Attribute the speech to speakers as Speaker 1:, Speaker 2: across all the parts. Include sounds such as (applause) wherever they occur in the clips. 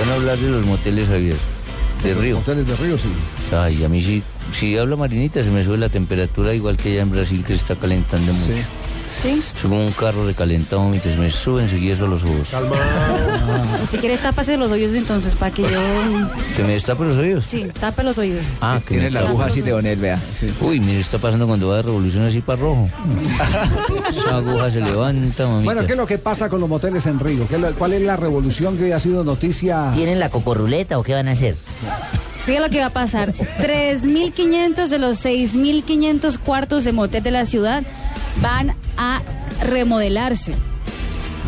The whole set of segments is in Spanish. Speaker 1: Van a hablar de los moteles, Javier. De Río.
Speaker 2: Hoteles de Río, sí.
Speaker 1: Ay, a mí sí. Si habla Marinita, se me sube la temperatura, igual que allá en Brasil, que se está calentando mucho.
Speaker 2: Sí.
Speaker 3: Sí.
Speaker 1: Subo un carro recalentado y se me sube enseguida eso los ojos.
Speaker 3: Si quieres, tápase los oídos entonces, para que yo.
Speaker 1: ¿Que me destapa los oídos?
Speaker 3: Sí, tape los oídos.
Speaker 1: Ah, que me
Speaker 4: Tiene la
Speaker 1: tapa.
Speaker 4: aguja así, Leonel, vea.
Speaker 1: Uy, mire, está pasando cuando va de revolución así para
Speaker 2: (laughs)
Speaker 1: rojo. Esa aguja se levanta, mamita.
Speaker 2: Bueno, ¿qué es lo que pasa con los moteles en Río? ¿Qué es lo- ¿Cuál es la revolución que hoy ha sido noticia?
Speaker 5: ¿Tienen la cocorruleta o qué van a hacer?
Speaker 3: Fíjate lo que va a pasar. 3.500 de los 6.500 cuartos de motel de la ciudad van a remodelarse.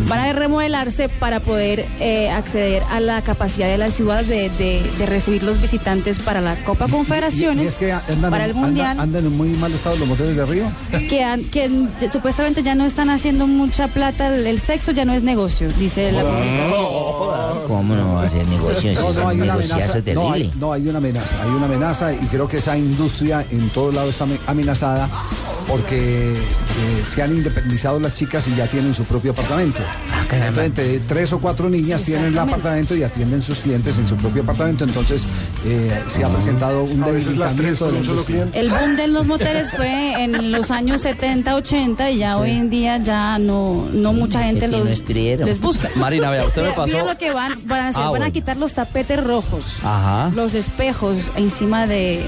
Speaker 3: Van a remodelarse para poder eh, acceder a la capacidad de la ciudad de, de- de recibir los visitantes para la Copa Confederaciones,
Speaker 2: Y es que andan,
Speaker 3: para el
Speaker 2: andan-
Speaker 3: Mundial.
Speaker 2: andan en muy mal estado los moteles de Río.
Speaker 3: que, han- que ya- supuestamente ya no están haciendo mucha plata, el, el sexo ya no es negocio, dice la
Speaker 5: ¿Cómo no va a ser negocio? Eso
Speaker 2: No,
Speaker 5: es
Speaker 2: no, hay
Speaker 5: un
Speaker 2: una
Speaker 5: negociazo
Speaker 2: amenaza. No hay,
Speaker 5: terrible.
Speaker 2: no, hay una amenaza. Hay una amenaza y creo que esa industria en todo lado está ame- amenazada porque eh, se han independizado las chicas y ya tienen su propio apartamento.
Speaker 4: Ah,
Speaker 5: caramba.
Speaker 2: Entonces, entre tres o cuatro niñas tienen el apartamento y atienden sus clientes en su propio apartamento. Entonces, eh, se ha presentado un debilitamiento de la industria.
Speaker 3: El boom de los moteles fue en los años 70, 80 y ya hoy en día ya no, no mucha gente
Speaker 5: que
Speaker 3: los,
Speaker 5: no escribieron.
Speaker 3: les busca.
Speaker 4: Marina, vea, usted me
Speaker 3: Mira- mira
Speaker 4: pasó.
Speaker 3: lo que van, van a hacer,
Speaker 4: Ah,
Speaker 3: van a
Speaker 4: bueno.
Speaker 3: quitar los tapetes rojos,
Speaker 4: Ajá.
Speaker 3: los espejos encima de,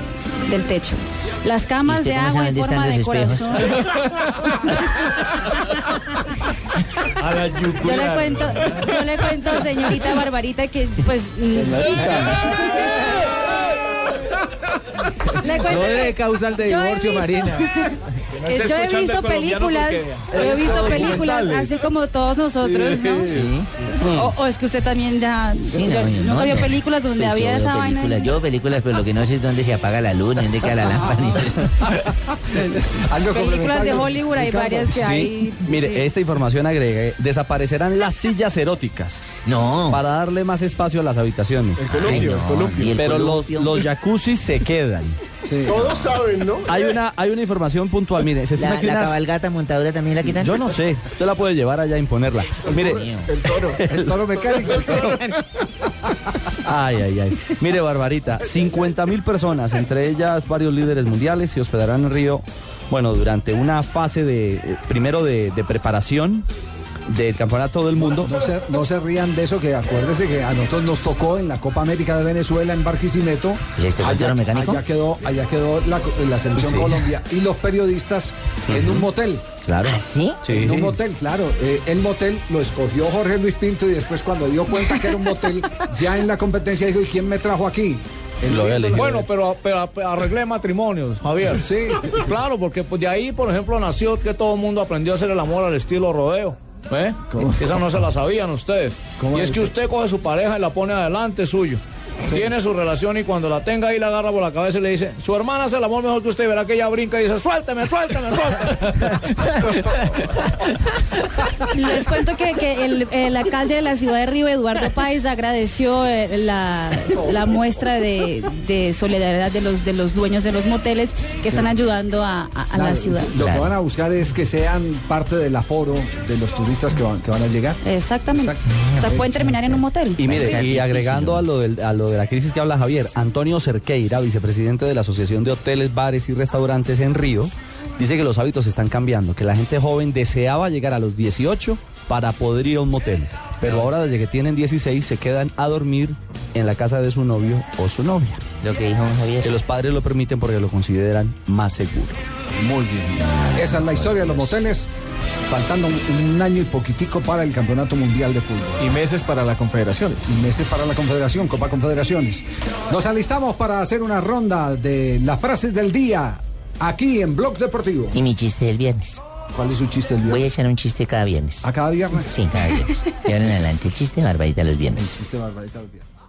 Speaker 3: del techo, las
Speaker 5: ¿Y
Speaker 3: camas
Speaker 5: usted
Speaker 3: de
Speaker 5: cómo
Speaker 3: agua
Speaker 5: sabe
Speaker 3: en
Speaker 5: dónde
Speaker 3: forma de
Speaker 5: están los
Speaker 3: corazón.
Speaker 4: (laughs)
Speaker 3: Yo le cuento, yo le cuento, señorita Barbarita, que
Speaker 4: (laughs)
Speaker 3: pues... mm, Le cuento
Speaker 4: No
Speaker 3: que-
Speaker 4: debe causar de divorcio,
Speaker 3: (laughs)
Speaker 4: Marina.
Speaker 3: Eh, yo he visto películas, yo he visto películas, así como todos nosotros, ¿no? O, o es que usted también ya,
Speaker 5: Sí,
Speaker 3: yo
Speaker 5: no,
Speaker 3: nunca
Speaker 5: no,
Speaker 3: vio
Speaker 5: no.
Speaker 3: películas donde
Speaker 5: Yo
Speaker 3: había
Speaker 5: veo
Speaker 3: esa vaina.
Speaker 5: películas, Yo películas, pero lo que no sé es dónde se apaga la luz, dónde
Speaker 3: (laughs)
Speaker 5: cae la lámpara.
Speaker 2: Algo
Speaker 3: Películas de
Speaker 2: complementario,
Speaker 3: Hollywood hay
Speaker 2: Ricardo.
Speaker 3: varias que hay.
Speaker 4: Sí, mire,
Speaker 3: sí.
Speaker 4: esta información agregué. Desaparecerán las sillas eróticas
Speaker 5: No.
Speaker 4: para darle más espacio a las habitaciones.
Speaker 5: Ay, no, ni el
Speaker 4: Pero los,
Speaker 5: columpio.
Speaker 4: los jacuzzi se quedan.
Speaker 2: Sí.
Speaker 4: Hay una, hay una información puntual, mire, se estima
Speaker 5: La,
Speaker 4: que
Speaker 5: la
Speaker 4: unas-
Speaker 5: cabalgata montadora también la quitan.
Speaker 4: Yo no sé, usted la puede llevar allá a imponerla. Mire,
Speaker 5: Mío.
Speaker 2: El toro
Speaker 5: (laughs)
Speaker 2: mecánico. el toro.
Speaker 4: Ay, ay, ay. Mire, Barbarita, 50 mil personas, entre ellas varios líderes mundiales, se hospedarán en Río, bueno, durante una fase de, eh, primero de, de preparación del campeonato del mundo.
Speaker 2: No se, no se rían de eso, que acuérdese que a nosotros nos tocó en la Copa América de Venezuela en Barquisimeto.
Speaker 5: ¿Y este fue el toro mecánico?
Speaker 2: allá quedó, allá quedó la, la selección
Speaker 4: Sí.
Speaker 2: Colombia y los periodistas en un motel.
Speaker 4: Claro.
Speaker 5: ¿Ah, sí?
Speaker 4: Sí.
Speaker 2: En un motel, claro. Eh, el motel lo escogió Jorge Luis Pinto y después cuando dio cuenta que era un motel, ya en la competencia dijo, ¿y quién me trajo aquí?
Speaker 4: Lo
Speaker 2: Entiendo
Speaker 4: elige.
Speaker 6: Bueno, pero, pero arreglé matrimonios, Javier.
Speaker 2: Sí.
Speaker 6: Claro, porque pues, de ahí, por ejemplo, nació que todo el mundo aprendió a hacer el amor al estilo rodeo. ¿eh?
Speaker 2: ¿Cómo?
Speaker 6: Esa no se la sabían ustedes.
Speaker 2: ¿Cómo
Speaker 6: Y es
Speaker 2: es
Speaker 6: que
Speaker 2: eso?
Speaker 6: usted coge su pareja y la pone adelante suyo. Tiene su relación y cuando la tenga ahí la agarra por la cabeza y le dice, su hermana hace el amor mejor que usted, y verá que ella brinca y dice, suélteme, suélteme, suélteme.
Speaker 3: Les cuento que, que el, el alcalde de la ciudad de
Speaker 5: (laughs)
Speaker 3: Río, Eduardo Páez, agradeció eh, la, la muestra de, de solidaridad de los, de los dueños de los moteles que están ayudando a, a- a la
Speaker 2: Claro,
Speaker 3: ciudad.
Speaker 2: Lo que van a buscar es que sean parte del aforo de los turistas que van, que van a llegar.
Speaker 3: Exactamente.
Speaker 2: Exacto.
Speaker 3: O sea, pueden terminar en un motel.
Speaker 4: Y
Speaker 5: Va a
Speaker 4: mire,
Speaker 5: estar
Speaker 4: y
Speaker 5: difícil,
Speaker 4: agregando
Speaker 5: ¿no?
Speaker 4: a lo, del- a lo de la crisis que habla Javier, Antonio Cerqueira, vicepresidente de la Asociación de Hoteles, Bares y Restaurantes en Río, dice que los hábitos están cambiando, que la gente joven deseaba llegar a los 18 para poder ir a un motel, pero ahora desde que tienen 16 se quedan a dormir en la casa de su novio o su novia,
Speaker 5: Lo que dijo
Speaker 4: que
Speaker 5: Javier.
Speaker 4: los padres lo permiten porque lo consideran más seguro.
Speaker 2: Muy bien. Esa es la historia de los moteles, faltando un, un año y poquitico para el Campeonato Mundial de Fútbol.
Speaker 6: Y meses para las confederaciones.
Speaker 2: Y meses para la Confederación, Copa Confederaciones. Nos alistamos para hacer una ronda de las frases del día aquí en Blog Deportivo.
Speaker 5: Y mi chiste del viernes.
Speaker 2: ¿Cuál es su chiste del
Speaker 5: Voy
Speaker 2: viernes?
Speaker 5: a echar un chiste cada viernes.
Speaker 4: Ah,
Speaker 2: ¿A cada viernes?
Speaker 4: (laughs)
Speaker 5: Sí, cada viernes. De ahora en adelante, el chiste de barbarita los viernes.
Speaker 2: Chiste barbarita del viernes.